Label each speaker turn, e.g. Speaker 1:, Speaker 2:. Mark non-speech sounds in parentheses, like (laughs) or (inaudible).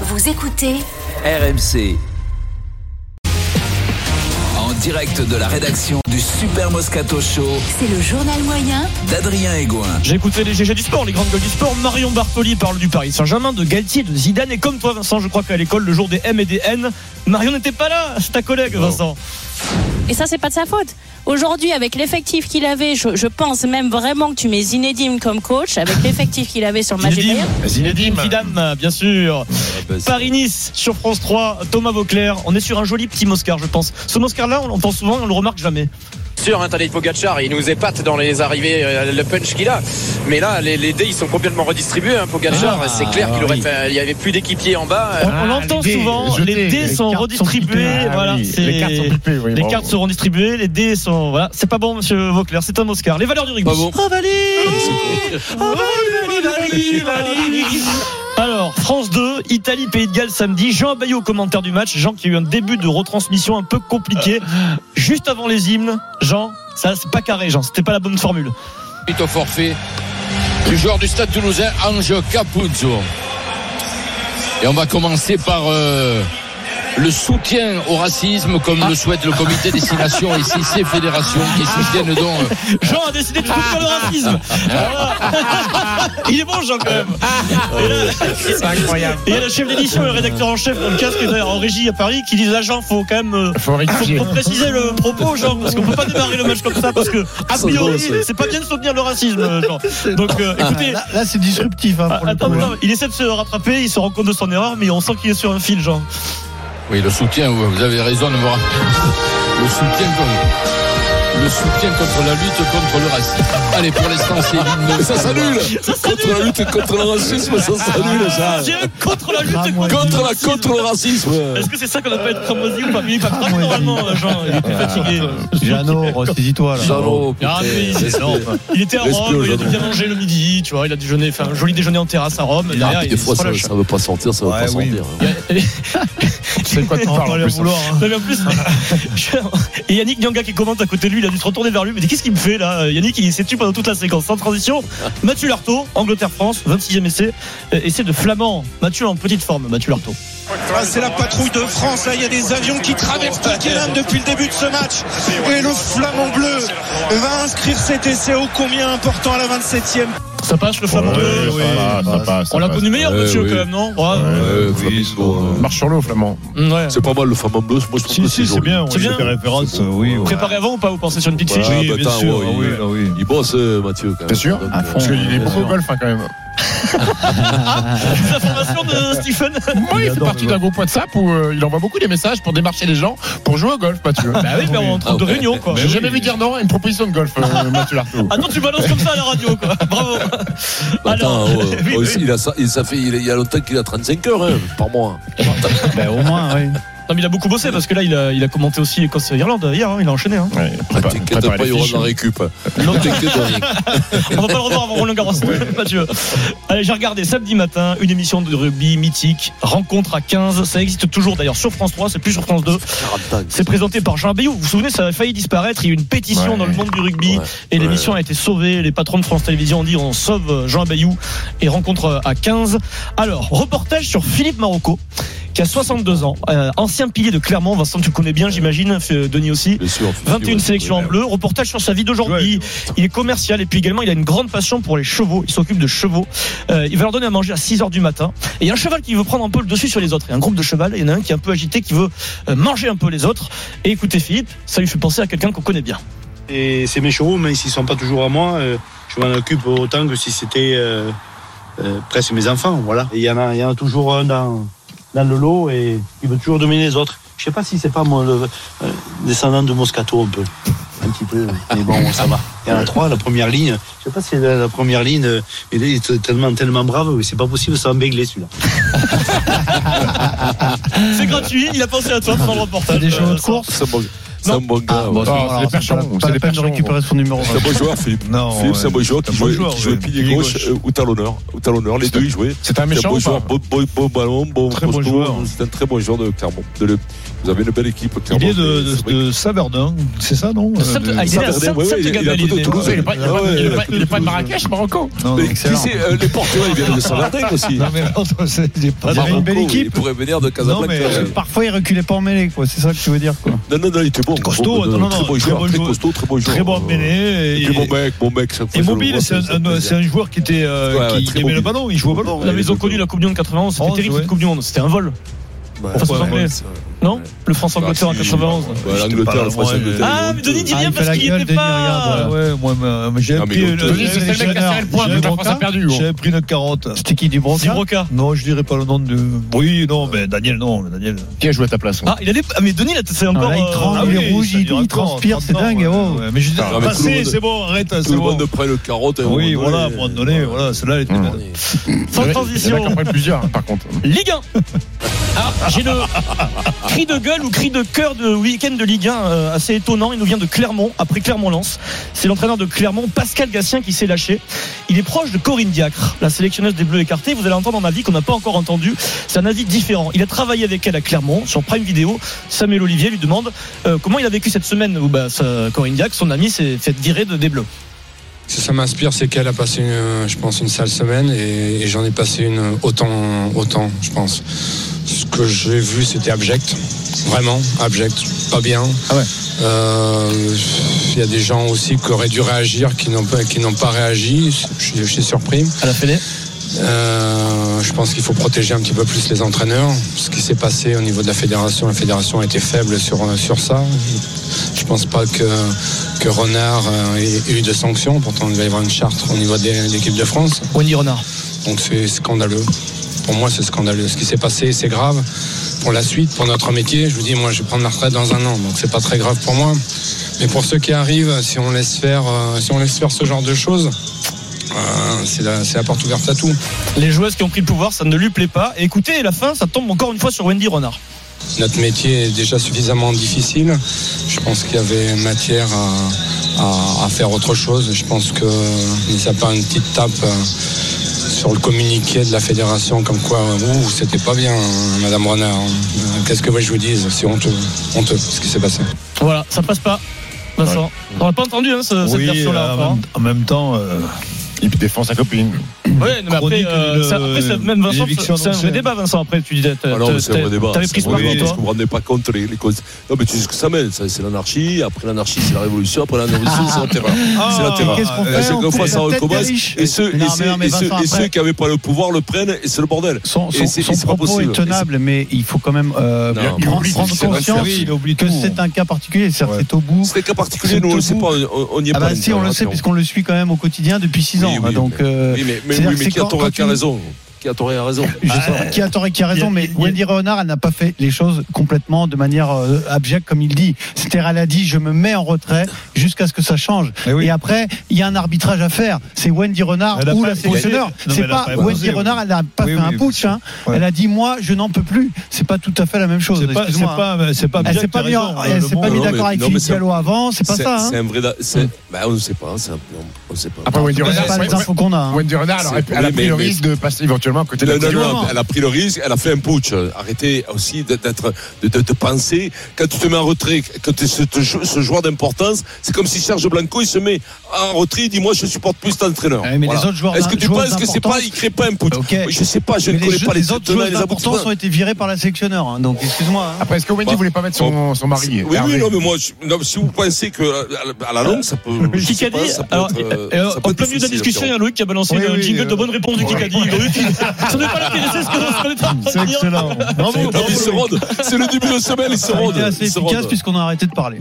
Speaker 1: Vous écoutez
Speaker 2: RMC. En direct de la rédaction du Super Moscato Show
Speaker 1: C'est le journal moyen
Speaker 2: d'Adrien Egoin.
Speaker 3: J'ai écouté les GG du sport, les grandes gueules du sport. Marion Bartoli parle du Paris Saint-Germain, de Galtier, de Zidane. Et comme toi, Vincent, je crois qu'à l'école, le jour des M et des N, Marion n'était pas là. C'est ta collègue, Vincent.
Speaker 4: Et ça, c'est pas de sa faute. Aujourd'hui, avec l'effectif qu'il avait, je, je pense même vraiment que tu mets Zinedine comme coach, avec l'effectif qu'il avait sur le match des
Speaker 3: Zinedine.
Speaker 4: Bayern.
Speaker 3: Zinedine. Zidane, bien sûr.
Speaker 5: Oh
Speaker 3: Paris-Nice sur France 3, Thomas Vauclair. On est sur un joli petit Moscar, je pense. Ce Moscar-là, on l'entend souvent et on le remarque jamais.
Speaker 6: sûr, hein, Tadej Pogacar, il nous épate dans les arrivées, euh, le punch qu'il a. Mais là, les, les dés, ils sont complètement redistribués. Hein. Pogacar,
Speaker 7: Ah,
Speaker 6: c'est clair qu'il aurait fait, il y avait plus d'équipiers en bas.
Speaker 3: On,
Speaker 6: Euh,
Speaker 3: on l'entend
Speaker 7: les dés
Speaker 3: souvent,
Speaker 7: jetés,
Speaker 3: les dés
Speaker 7: les
Speaker 3: sont
Speaker 7: cartes sont
Speaker 3: redistribuées.
Speaker 7: pipées. Ah
Speaker 3: voilà,
Speaker 7: oui,
Speaker 3: c'est-
Speaker 7: les cartes sont pipées, oui,
Speaker 3: Les
Speaker 7: bravo.
Speaker 3: cartes seront distribuées, les dés sont. Voilà, c'est pas bon, monsieur Vauclair, c'est un Oscar. Les valeurs du rugby.
Speaker 2: bon.
Speaker 3: Oh, Valérie Oh, Valérie, Valérie, Valérie Alors, France 2, Italie, Pays de Galles samedi. Jean Bayot au commentaire du match. Jean qui a eu un début de retransmission un peu compliqué. Juste avant les hymnes, Jean, ça c'est pas carré, Jean, c'était pas la bonne formule.
Speaker 8: suite au forfait du joueur du Stade Toulousain, Ange Capuzzo. Et on va commencer par euh, le soutien au racisme, comme le souhaite le comité des six nations et six
Speaker 5: (laughs)
Speaker 8: ces fédérations qui soutiennent donc. euh,
Speaker 3: Jean a décidé de soutenir le racisme. Voilà. Il est bon, Jean, quand même. C'est incroyable. Et il y a le chef d'édition et le rédacteur en chef dans le casque, d'ailleurs, en régie à Paris, qui disent à Jean, faut quand même. euh,
Speaker 7: Faut
Speaker 3: Faut,
Speaker 7: rectifier.
Speaker 3: faut préciser le propos, Jean, parce qu'on peut pas démarrer le match comme ça, parce que, a priori, c'est pas bien de soutenir le racisme, euh, Jean. Donc, euh, écoutez. euh,
Speaker 9: Là, là, c'est disruptif. hein,
Speaker 7: Ah,
Speaker 9: pour le
Speaker 3: Attends,
Speaker 9: coup, hein.
Speaker 3: attends, il essaie de se rattraper, il se rend compte de son erreur, mais on sent qu'il est sur un fil, Jean.
Speaker 8: Oui, le soutien, vous avez raison, de me rappeler. le soutien contre. Le soutien contre la lutte contre le racisme. Allez, pour l'instant,
Speaker 5: (laughs)
Speaker 8: c'est l'hymne.
Speaker 5: Ça s'annule
Speaker 3: Ça s'annule.
Speaker 5: Contre la lutte contre le racisme, ça s'annule Ah, ça
Speaker 3: Ah, J'ai- Contre la lutte
Speaker 9: Ah, moi,
Speaker 3: contre,
Speaker 5: Contre
Speaker 3: le
Speaker 5: la
Speaker 3: racisme.
Speaker 5: contre le racisme
Speaker 3: Est-ce que c'est ça qu'on appelle cramoisi ou pas Mais il est pas cramé normalement, euh, Jean. Il est plus
Speaker 9: Ah,
Speaker 3: fatigué.
Speaker 9: Jeannot, saisis-toi. là.
Speaker 5: Salaud, putain,
Speaker 3: Ah, mais il-
Speaker 5: respect.
Speaker 3: Il était à
Speaker 5: Respect
Speaker 3: Rome, il
Speaker 5: aux
Speaker 3: a dû
Speaker 5: Allemands.
Speaker 3: bien manger le midi, tu vois, il a déjeuné, enfin, un joli déjeuner en terrasse à Rome.
Speaker 5: Il
Speaker 3: derrière,
Speaker 5: a- Des
Speaker 3: il
Speaker 5: fois,
Speaker 3: se
Speaker 5: ça
Speaker 3: relâche.
Speaker 5: ça veut pas sortir, ça veut
Speaker 9: Ouais,
Speaker 5: pas
Speaker 9: oui.
Speaker 5: sortir.
Speaker 7: C'est quoi tu
Speaker 9: On va
Speaker 7: parles
Speaker 9: pas
Speaker 7: en
Speaker 9: leur
Speaker 7: plus
Speaker 9: vouloir. hein.
Speaker 3: Non, mais en
Speaker 7: (laughs)
Speaker 3: plus, je- et Yannick Nyanga qui commente à côté de lui, il a dû se retourner vers lui. Mais qu'est-ce qu'il me fait là Euh, Yannick, il s'est tué pendant toute la séquence. Sans transition, Mathieu Lartaud, Angleterre-France, 26e essai. euh, Essai de Flamand. Mathieu en petite forme, Mathieu Lartaud.
Speaker 10: Ah, c'est la patrouille de France. Là, il y a des avions qui traversent Tottenham depuis le début de ce match. Et le flamand bleu va inscrire cet essai ô combien important à la 27e.
Speaker 3: Ça passe le Flamand bleu
Speaker 7: Ouais, ça va, ça passe, ça
Speaker 3: On l'a
Speaker 7: passe.
Speaker 3: connu meilleur,
Speaker 5: Ouais,
Speaker 3: Mathieu,
Speaker 5: oui.
Speaker 3: quand même, non Ouais.
Speaker 5: Euh,
Speaker 7: Ouais,
Speaker 5: Fabien, c'est bon,
Speaker 7: Marche sur l'eau, Flamand.
Speaker 3: Mm, ouais.
Speaker 5: C'est pas mal le femme en bleu, moi je trouve que c'est joli.
Speaker 3: C'est bien.
Speaker 9: référence, oui. ouais.
Speaker 3: Préparé avant ou pas Vous pensez sur une petite
Speaker 5: Voilà,
Speaker 3: fiche
Speaker 5: bah, attends, ouais,
Speaker 9: Ah oui,
Speaker 5: il-
Speaker 9: là, oui.
Speaker 5: Il bosse euh, Mathieu quand même.
Speaker 7: T'es sûr
Speaker 5: Donc,
Speaker 9: À
Speaker 5: euh,
Speaker 9: fond.
Speaker 7: Parce qu'il est beaucoup au golf, hein, quand même.
Speaker 3: L'information
Speaker 7: (laughs)
Speaker 3: de Stephen
Speaker 7: Moi, il fait
Speaker 9: adore
Speaker 7: partie
Speaker 9: le
Speaker 7: d'un groupe WhatsApp où euh, il envoie beaucoup des messages pour
Speaker 5: Bah,
Speaker 7: démarcher les gens pour jouer au golf, Mathieu. Bah
Speaker 3: Bah oui, mais en train de
Speaker 5: Ah ouais.
Speaker 3: réunion, quoi.
Speaker 7: J'ai jamais vu dire non à une proposition de golf, euh, Mathieu Lartaud.
Speaker 3: Ah non, tu balances comme ça à la radio, quoi. Bravo.
Speaker 7: Bah,
Speaker 5: Attends, ouais,
Speaker 3: (laughs) oui,
Speaker 5: ouais,
Speaker 3: oui.
Speaker 5: aussi, il a ça- il- ça fait- il y a longtemps qu'il a 35 heures hein, par mois.
Speaker 9: Ben, au moins, oui.
Speaker 3: (laughs) Non, mais il a beaucoup bossé parce que là, il a, il a commenté aussi Écosse-Irlande hier, hein, il a enchaîné. Hein.
Speaker 7: Ouais,
Speaker 5: Ah,
Speaker 7: prépare-
Speaker 5: T'inquiète
Speaker 7: prépare
Speaker 5: pas, il y
Speaker 7: les
Speaker 5: aura
Speaker 7: fiches.
Speaker 5: de la récup. T'inquiète rien.
Speaker 3: On va pas le revoir avant Roland Garros, (laughs) Mathieu. Allez, j'ai regardé samedi matin une émission de rugby mythique, rencontre à 15. Ça existe toujours d'ailleurs sur France 3, c'est plus sur France 2.
Speaker 5: 40 ans.
Speaker 3: C'est présenté par Jean Bayou. Vous vous souvenez, ça a failli disparaître. Il y a eu une pétition
Speaker 7: Ouais.
Speaker 3: dans le monde du rugby
Speaker 5: Ouais.
Speaker 3: et l'émission a été sauvée. Les patrons de France Télévisions ont dit on sauve Jean Bayou et rencontre à 15. Alors, reportage sur Philippe Marocco qui a 62 ans, euh, ancien pilier de Clermont. Vincent, tu le connais bien, j'imagine, euh, Denis aussi.
Speaker 5: Bien sûr, Fabio,
Speaker 3: 21 sélections en
Speaker 5: ouais.
Speaker 3: bleu, reportage sur sa vie d'aujourd'hui. Il est commercial et puis également il a une grande passion pour les chevaux. Il s'occupe de chevaux. Euh, il va leur donner à manger à 6 heures du matin. Et il y a un cheval qui veut prendre un peu le dessus sur les autres. Il y a un groupe de cheval. Il y en a un qui est un peu agité, qui veut euh, manger un peu les autres. Et écoutez Philippe, ça lui fait penser à quelqu'un qu'on connaît bien.
Speaker 10: Et c'est mes chevaux, même s'ils sont pas toujours à moi, euh, je m'en occupe autant que si c'était euh, euh, presque mes enfants. Voilà. Et Il y, en a- il y en a toujours un dans, dans le lot et il veut toujours dominer les autres. Je sais pas si c'est pas mon le- euh, descendant de Moscato un peu. Un petit peu, mais bon, ça va. Il y en a trois, la première ligne. Je sais pas si c'est la, la première ligne, euh, mais il est tellement, tellement brave, mais c'est pas possible, ça va me bégler celui-là.
Speaker 3: C'est gratuit. Il a pensé à toi pendant le
Speaker 9: T'as
Speaker 3: reportage.
Speaker 9: des chevaux
Speaker 3: Euh,
Speaker 9: de course
Speaker 5: Ça me- C'est un bon gars. ouais.
Speaker 9: bon,
Speaker 7: Ah,
Speaker 9: alors,
Speaker 7: c'est des
Speaker 9: pas
Speaker 7: perchons,
Speaker 9: la-
Speaker 7: c'est
Speaker 9: pas
Speaker 7: des
Speaker 9: la peine de
Speaker 7: perchons.
Speaker 9: récupérer son numéro.
Speaker 5: C'est un bon joueur, Philippe.
Speaker 9: Non,
Speaker 5: Philippe, c'est un bon joueur
Speaker 9: c'est
Speaker 5: qui
Speaker 9: un bon
Speaker 5: jouait,
Speaker 9: joueur,
Speaker 5: qui jouait
Speaker 9: ouais.
Speaker 5: pilier gauche, euh, ou talonneur. Ou talonneur, les deux, ils jouaient.
Speaker 7: C'est un
Speaker 5: C'est un
Speaker 7: méchant
Speaker 5: bon
Speaker 7: ou
Speaker 5: joueur,
Speaker 7: pas
Speaker 5: bon, bon, bon ballon, bon
Speaker 9: Très bon
Speaker 5: costaud.
Speaker 9: joueur.
Speaker 5: C'est un très bon joueur de Clermont. De le- Vous avez une belle équipe, Clermont.
Speaker 9: Il est de,
Speaker 5: C'est vrai
Speaker 9: de, de Saberdun, c'est ça, non
Speaker 3: Saint-
Speaker 9: Euh, de-
Speaker 3: ah, il est à
Speaker 5: Saint-
Speaker 3: Saint-
Speaker 5: ouais, ouais, il est à côté de
Speaker 3: Saint-Gabalier.
Speaker 5: Toulouse.
Speaker 7: Il est pas- il est pas- il est pas- il est pas de
Speaker 9: Ouais.
Speaker 7: Marrakech, Marocco
Speaker 9: Non, non,
Speaker 5: Mais
Speaker 9: excellent.
Speaker 5: qui c'est euh, Les Portugais, ils viennent de Saint-Martin aussi.
Speaker 9: Non, mais l'autre, c'est- il est pas-
Speaker 5: Ah,
Speaker 9: il y avait
Speaker 5: Marocco,
Speaker 9: une belle
Speaker 5: Il
Speaker 9: équipe.
Speaker 5: pourrait venir de
Speaker 9: Non,
Speaker 5: Casablanca.
Speaker 9: mais euh,
Speaker 5: Ouais.
Speaker 9: parfois il reculait pas en mêlée, quoi. C'est ça que tu veux dire, quoi.
Speaker 5: Non, non, non, il était bon.
Speaker 9: Costaud,
Speaker 5: Bon,
Speaker 9: non, non,
Speaker 5: très
Speaker 9: non,
Speaker 5: bon
Speaker 9: très
Speaker 5: joueur,
Speaker 9: bon
Speaker 5: très
Speaker 9: joueur.
Speaker 5: costaud, très bon joueur.
Speaker 9: Très bon en mêlée.
Speaker 5: Et
Speaker 9: et-
Speaker 5: puis mon mec, mon mec, chaque fois.
Speaker 9: Et
Speaker 5: je le
Speaker 9: mobile,
Speaker 5: vois,
Speaker 9: c'est
Speaker 5: ça me fait
Speaker 9: un, un-
Speaker 5: plaisir.
Speaker 9: c'est un joueur qui était euh,
Speaker 5: Ouais, ouais,
Speaker 9: qui
Speaker 5: très
Speaker 9: aimait le
Speaker 5: mobile.
Speaker 9: ballon, il joue au ballon.
Speaker 5: Non,
Speaker 3: Non,
Speaker 5: mais
Speaker 3: mais ils ont
Speaker 5: le-
Speaker 3: connu la Coupe du Monde 91. C'était
Speaker 9: Onze,
Speaker 3: terrible
Speaker 9: ouais.
Speaker 3: cette Coupe du Monde. C'était un vol.
Speaker 5: Ouais.
Speaker 3: Enfin,
Speaker 5: Bah, Ouais,
Speaker 3: anglais.
Speaker 5: c'est-
Speaker 3: Non Le France-Angleterre en
Speaker 5: Ah, si.
Speaker 3: 91.
Speaker 5: Ouais, L'Angleterre, la France,
Speaker 9: Ouais,
Speaker 5: l'Angleterre.
Speaker 3: Ah, mais Denis, dis
Speaker 9: Ah,
Speaker 3: rien
Speaker 9: il fait
Speaker 3: parce
Speaker 9: la
Speaker 3: qu'il
Speaker 9: gueule,
Speaker 3: était
Speaker 9: Denis,
Speaker 3: pas.
Speaker 9: regarde. Ouais, ouais, moi, euh, j'ai
Speaker 5: Ah, mais
Speaker 9: pris
Speaker 5: l'autre,
Speaker 9: une-
Speaker 5: Denis,
Speaker 9: j'ai-
Speaker 7: c'est le mec
Speaker 9: j'ai-
Speaker 7: qui a serré le point,
Speaker 9: j'ai-
Speaker 7: mais la France a perdu, gros.
Speaker 9: J'avais pris une carotte. C'était qui, Dubrovka
Speaker 3: Dubrovka.
Speaker 9: Non, je dirais pas le nom de. Oui, non, mais Daniel, non, mais Daniel.
Speaker 7: Qui a joué à ta place
Speaker 3: Ah, il allait. Ah, mais Denis, là, c'est encore.
Speaker 9: Ah, là, il
Speaker 3: euh,
Speaker 9: tremble,
Speaker 3: ah oui,
Speaker 9: il est rouge,
Speaker 3: ça
Speaker 9: il-
Speaker 3: dure
Speaker 9: il
Speaker 3: encore
Speaker 9: transpire,
Speaker 3: 30
Speaker 9: c'est
Speaker 3: ans,
Speaker 9: dingue,
Speaker 3: ouais.
Speaker 9: oh. Ouais, Mais je dis,
Speaker 5: Ah, mais tout le
Speaker 9: passez,
Speaker 5: monde-
Speaker 9: c'est bon, arrête,
Speaker 5: Tout
Speaker 9: c'est
Speaker 5: le
Speaker 9: bon.
Speaker 5: monde prend le carotte. à un
Speaker 9: Oui,
Speaker 5: moment donné.
Speaker 9: voilà, à un moment donné, voilà, celle-là, elle était belle.
Speaker 3: Sans
Speaker 7: euh, Mmh. Il y en a qui en
Speaker 3: transition.
Speaker 7: prennent plusieurs, hein, par contre.
Speaker 3: Ligue 1 Ah, J'ai le cri de gueule ou cri de cœur de week-end de Ligue 1 euh, assez étonnant. Il nous vient de Clermont, après Clermont-Lens. C'est l'entraîneur de Clermont, Pascal Gassien, qui s'est lâché. Il est proche de Corinne Diacre, la sélectionneuse des Bleus écartés. Vous allez entendre un avis qu'on n'a pas encore entendu. C'est un avis différent. Il a travaillé avec elle à Clermont, sur Prime Video. Samuel Olivier lui demande euh, comment il a vécu cette semaine où bah, sa- Corinne Diacre, son ami, s'est fait virer de, des Bleus.
Speaker 6: Ce que ça m'inspire, c'est qu'elle a passé, une, euh, je pense, une sale semaine et, et j'en ai passé une autant, autant, je pense. Ce que j'ai vu, c'était abject, vraiment abject, pas bien.
Speaker 7: Ah ouais.
Speaker 6: Euh, Il y a des gens aussi qui auraient dû réagir, qui n'ont pas, qui n'ont pas réagi. Je suis- je suis surpris.
Speaker 3: À la Fédé
Speaker 6: Euh, je pense qu'il faut protéger un petit peu plus les entraîneurs. Ce qui s'est passé au niveau de la fédération, la fédération a été faible sur, euh, sur ça. Je pense pas que, que Renard euh, ait ait eu de sanctions. Pourtant, il va y avoir une charte au niveau des- de l'équipe de France.
Speaker 3: Wendy Renard.
Speaker 6: Donc c'est scandaleux. Pour moi, c'est scandaleux. Ce qui s'est passé, c'est grave. Pour la suite, pour notre métier, je vous dis, moi, je vais prendre ma retraite dans un an. Donc c'est pas très grave pour moi. Mais pour ceux qui arrivent, si on laisse faire, euh, si on laisse faire ce genre de choses, euh, c'est la- c'est la porte ouverte à tout.
Speaker 3: Les joueuses qui ont pris le pouvoir, ça ne lui plaît pas. Et écoutez, la fin, ça tombe encore une fois sur Wendy Renard.
Speaker 6: Notre métier est déjà suffisamment difficile. Je pense qu'il y avait matière à, à- à faire autre chose. Je pense que, mis à part une petite tape euh, sur le communiqué de la fédération, comme quoi, euh, ouh, c'était pas bien, hein, Madame Renard. Euh, Qu'est-ce que vous voulez que je vous dise C'est honteux, honteux ce qui s'est passé.
Speaker 3: Voilà, ça passe pas. Vincent, on n'a pas entendu hein, ce- cette
Speaker 9: Oui,
Speaker 3: version-là.
Speaker 5: euh,
Speaker 9: en
Speaker 3: encore, hein.
Speaker 9: même- en même temps. euh,
Speaker 7: Et puis défend sa copine.
Speaker 3: Ouais, non, mais après,
Speaker 9: Chronique
Speaker 3: euh,
Speaker 9: de-
Speaker 3: ça- après, c'est- même Vincent,
Speaker 9: l'éviction
Speaker 3: c'est un vrai
Speaker 9: annoncée.
Speaker 3: débat, Vincent. Après, tu disais, t'as-
Speaker 5: Ah non, mais
Speaker 3: t'as-
Speaker 5: c'est un vrai débat.
Speaker 3: t'as- t'avais
Speaker 5: C'est
Speaker 3: pris ce
Speaker 5: un vrai
Speaker 3: parti,
Speaker 5: débat,
Speaker 3: toi.
Speaker 5: parce que vous ne rendez pas compte les, les causes. Non, mais tu sais ce que ça mène. ça, C'est l'anarchie. Après l'anarchie, c'est la révolution. Après la révolution, c'est la terreur. C'est la terreur.
Speaker 9: Ah. qu'est-ce qu'on
Speaker 5: Euh,
Speaker 9: fait
Speaker 5: c'est
Speaker 9: On
Speaker 5: qu'une fois,
Speaker 9: coupe
Speaker 5: ça
Speaker 9: la tête des
Speaker 5: recommence.
Speaker 9: riches.
Speaker 5: Et ceux,
Speaker 9: Non,
Speaker 5: et
Speaker 9: mais
Speaker 5: ceux-
Speaker 9: non, mais
Speaker 5: et ceux-
Speaker 9: Vincent,
Speaker 5: et ceux
Speaker 9: après-
Speaker 5: qui n'avaient pas le pouvoir le prennent et c'est le bordel.
Speaker 9: Son,
Speaker 5: Et
Speaker 9: son,
Speaker 5: c'est-
Speaker 9: son
Speaker 5: et c'est pas
Speaker 9: propos
Speaker 5: possible.
Speaker 9: est tenable, mais il faut quand même euh,
Speaker 5: euh, Non,
Speaker 9: prendre-
Speaker 5: il oublie-
Speaker 9: prendre
Speaker 5: c'est vrai, c'est
Speaker 9: conscience
Speaker 5: vrai, il oublie
Speaker 9: que
Speaker 5: tout.
Speaker 9: c'est un cas particulier. C'est
Speaker 5: Ouais.
Speaker 9: c'est au bout.
Speaker 5: C'est un cas particulier,
Speaker 9: C'est
Speaker 5: nous, on ne
Speaker 9: tout
Speaker 5: le sait
Speaker 9: bout.
Speaker 5: pas. on- On n'y est
Speaker 9: Ah
Speaker 5: pas.
Speaker 9: bah si, on le sait, puisqu'on le suit quand même au quotidien depuis 6
Speaker 5: Oui,
Speaker 9: ans.
Speaker 5: oui,
Speaker 9: donc, euh,
Speaker 5: Oui, mais, mais,
Speaker 9: c'est-à-dire
Speaker 5: oui,
Speaker 9: que
Speaker 5: mais
Speaker 9: c'est
Speaker 5: qui a
Speaker 9: quand-
Speaker 5: tort
Speaker 9: quand
Speaker 5: et qui a
Speaker 9: tu-
Speaker 5: raison Qui a tort et a raison
Speaker 9: Je sais pas qui a tort et qui Ah, a raison, mais Wendy Renard, elle n'a pas fait les choses complètement de manière euh, abjecte, comme il dit. C'est-à-dire, elle a dit, je me mets en retrait jusqu'à ce que ça change. Eh oui.
Speaker 7: Et
Speaker 9: Et après, il y a un arbitrage à faire. C'est Wendy Renard Elle a ou pas la imposé. sélectionneur. Non, mais
Speaker 7: elle
Speaker 9: C'est
Speaker 7: a
Speaker 9: pas
Speaker 7: pas
Speaker 9: Wendy
Speaker 7: imposé, oui.
Speaker 9: Renard, elle n'a pas
Speaker 7: Oui,
Speaker 9: fait
Speaker 7: oui,
Speaker 9: un
Speaker 7: bien
Speaker 9: putsch. hein.
Speaker 7: Ouais.
Speaker 9: Elle a dit, moi, je n'en peux plus. C'est pas tout à fait la même chose.
Speaker 7: C'est pas-
Speaker 9: excuse-moi.
Speaker 7: c'est
Speaker 3: hein.
Speaker 9: c'est
Speaker 3: Ah,
Speaker 9: pas, elle s'est pas mis, en-
Speaker 3: Eh,
Speaker 9: elle s'est pas
Speaker 3: (laughs)
Speaker 5: mot.
Speaker 9: mis
Speaker 5: Non, mais-
Speaker 9: d'accord avec
Speaker 5: non, mais
Speaker 9: Philippe
Speaker 5: c'est-
Speaker 9: Gallo avant. C'est pas
Speaker 5: C'est-
Speaker 9: ça. hein.
Speaker 5: C'est un vrai. da- c'est- Bah, on ne sait pas. c'est un- On ne sait pas.
Speaker 7: Après, Wendy
Speaker 9: On n'a
Speaker 7: Renard,
Speaker 9: pas les infos qu'on a. hein.
Speaker 7: Wendy Renard, elle aurait pu-
Speaker 5: C'est-
Speaker 7: elle a
Speaker 5: oui,
Speaker 7: pris
Speaker 5: mais-
Speaker 7: le
Speaker 5: mais-
Speaker 7: risque de passer éventuellement à côté de la
Speaker 5: Non, non,
Speaker 7: Coupe du
Speaker 5: non,
Speaker 7: Monde.
Speaker 5: elle a pris le risque, elle a fait un putsch. Arrêtez aussi d'être- d'être, de, de, de penser. Quand tu te mets en retrait, quand tu es ce, te- ce joueur d'importance, c'est comme si Serge Blanco, il se met en retrait, il dit Moi, je supporte plus cet entraîneur.
Speaker 9: Ouais, mais les autres joueurs
Speaker 5: Est-ce que
Speaker 9: d'im-
Speaker 5: tu
Speaker 9: joueurs
Speaker 5: penses que c'est
Speaker 9: d'importance-
Speaker 5: pas, il crée pas un putsch
Speaker 9: Ok.
Speaker 5: Je sais pas, je
Speaker 9: Mais
Speaker 5: ne connais
Speaker 9: jeux-
Speaker 5: pas les,
Speaker 9: autres
Speaker 5: tenants
Speaker 9: joueurs
Speaker 5: et les aboutissants.
Speaker 9: d'importance ont été virés par la sélectionneur. hein. donc, excuse-moi. hein.
Speaker 7: Après, est-ce que Wendy
Speaker 5: Bah,
Speaker 7: voulait pas mettre son, son mari
Speaker 5: Oui, oui,
Speaker 9: Ah
Speaker 7: Hervé
Speaker 5: non, mais moi, je- non, si vous pensez que euh, à la- à la longue, ça peut. je sais
Speaker 3: Kikadi,
Speaker 5: pas, ça peut
Speaker 3: alors,
Speaker 5: être, euh,
Speaker 3: euh,
Speaker 5: ça peut
Speaker 3: en
Speaker 5: être
Speaker 3: plein milieu de la
Speaker 5: difficile,
Speaker 3: discussion, il y a Loïc qui a balancé
Speaker 9: Oui,
Speaker 3: un
Speaker 9: oui,
Speaker 3: jingle de
Speaker 9: euh,
Speaker 3: bonne réponse du Kikadi. Il aurait dit,
Speaker 9: (laughs)
Speaker 3: Ça ne pas l'intéresser ce que ce qu'on est en train de
Speaker 9: C'est
Speaker 3: dire.
Speaker 9: excellent.
Speaker 3: Bravo,
Speaker 5: Pierrot. Non, mais ils se rôdent. C'est le début de semaine, ils se
Speaker 9: Ça a été
Speaker 5: rôdent.
Speaker 9: Ah, assez
Speaker 5: Ils se
Speaker 9: efficace
Speaker 5: rôdent.
Speaker 9: puisqu'on a arrêté de parler.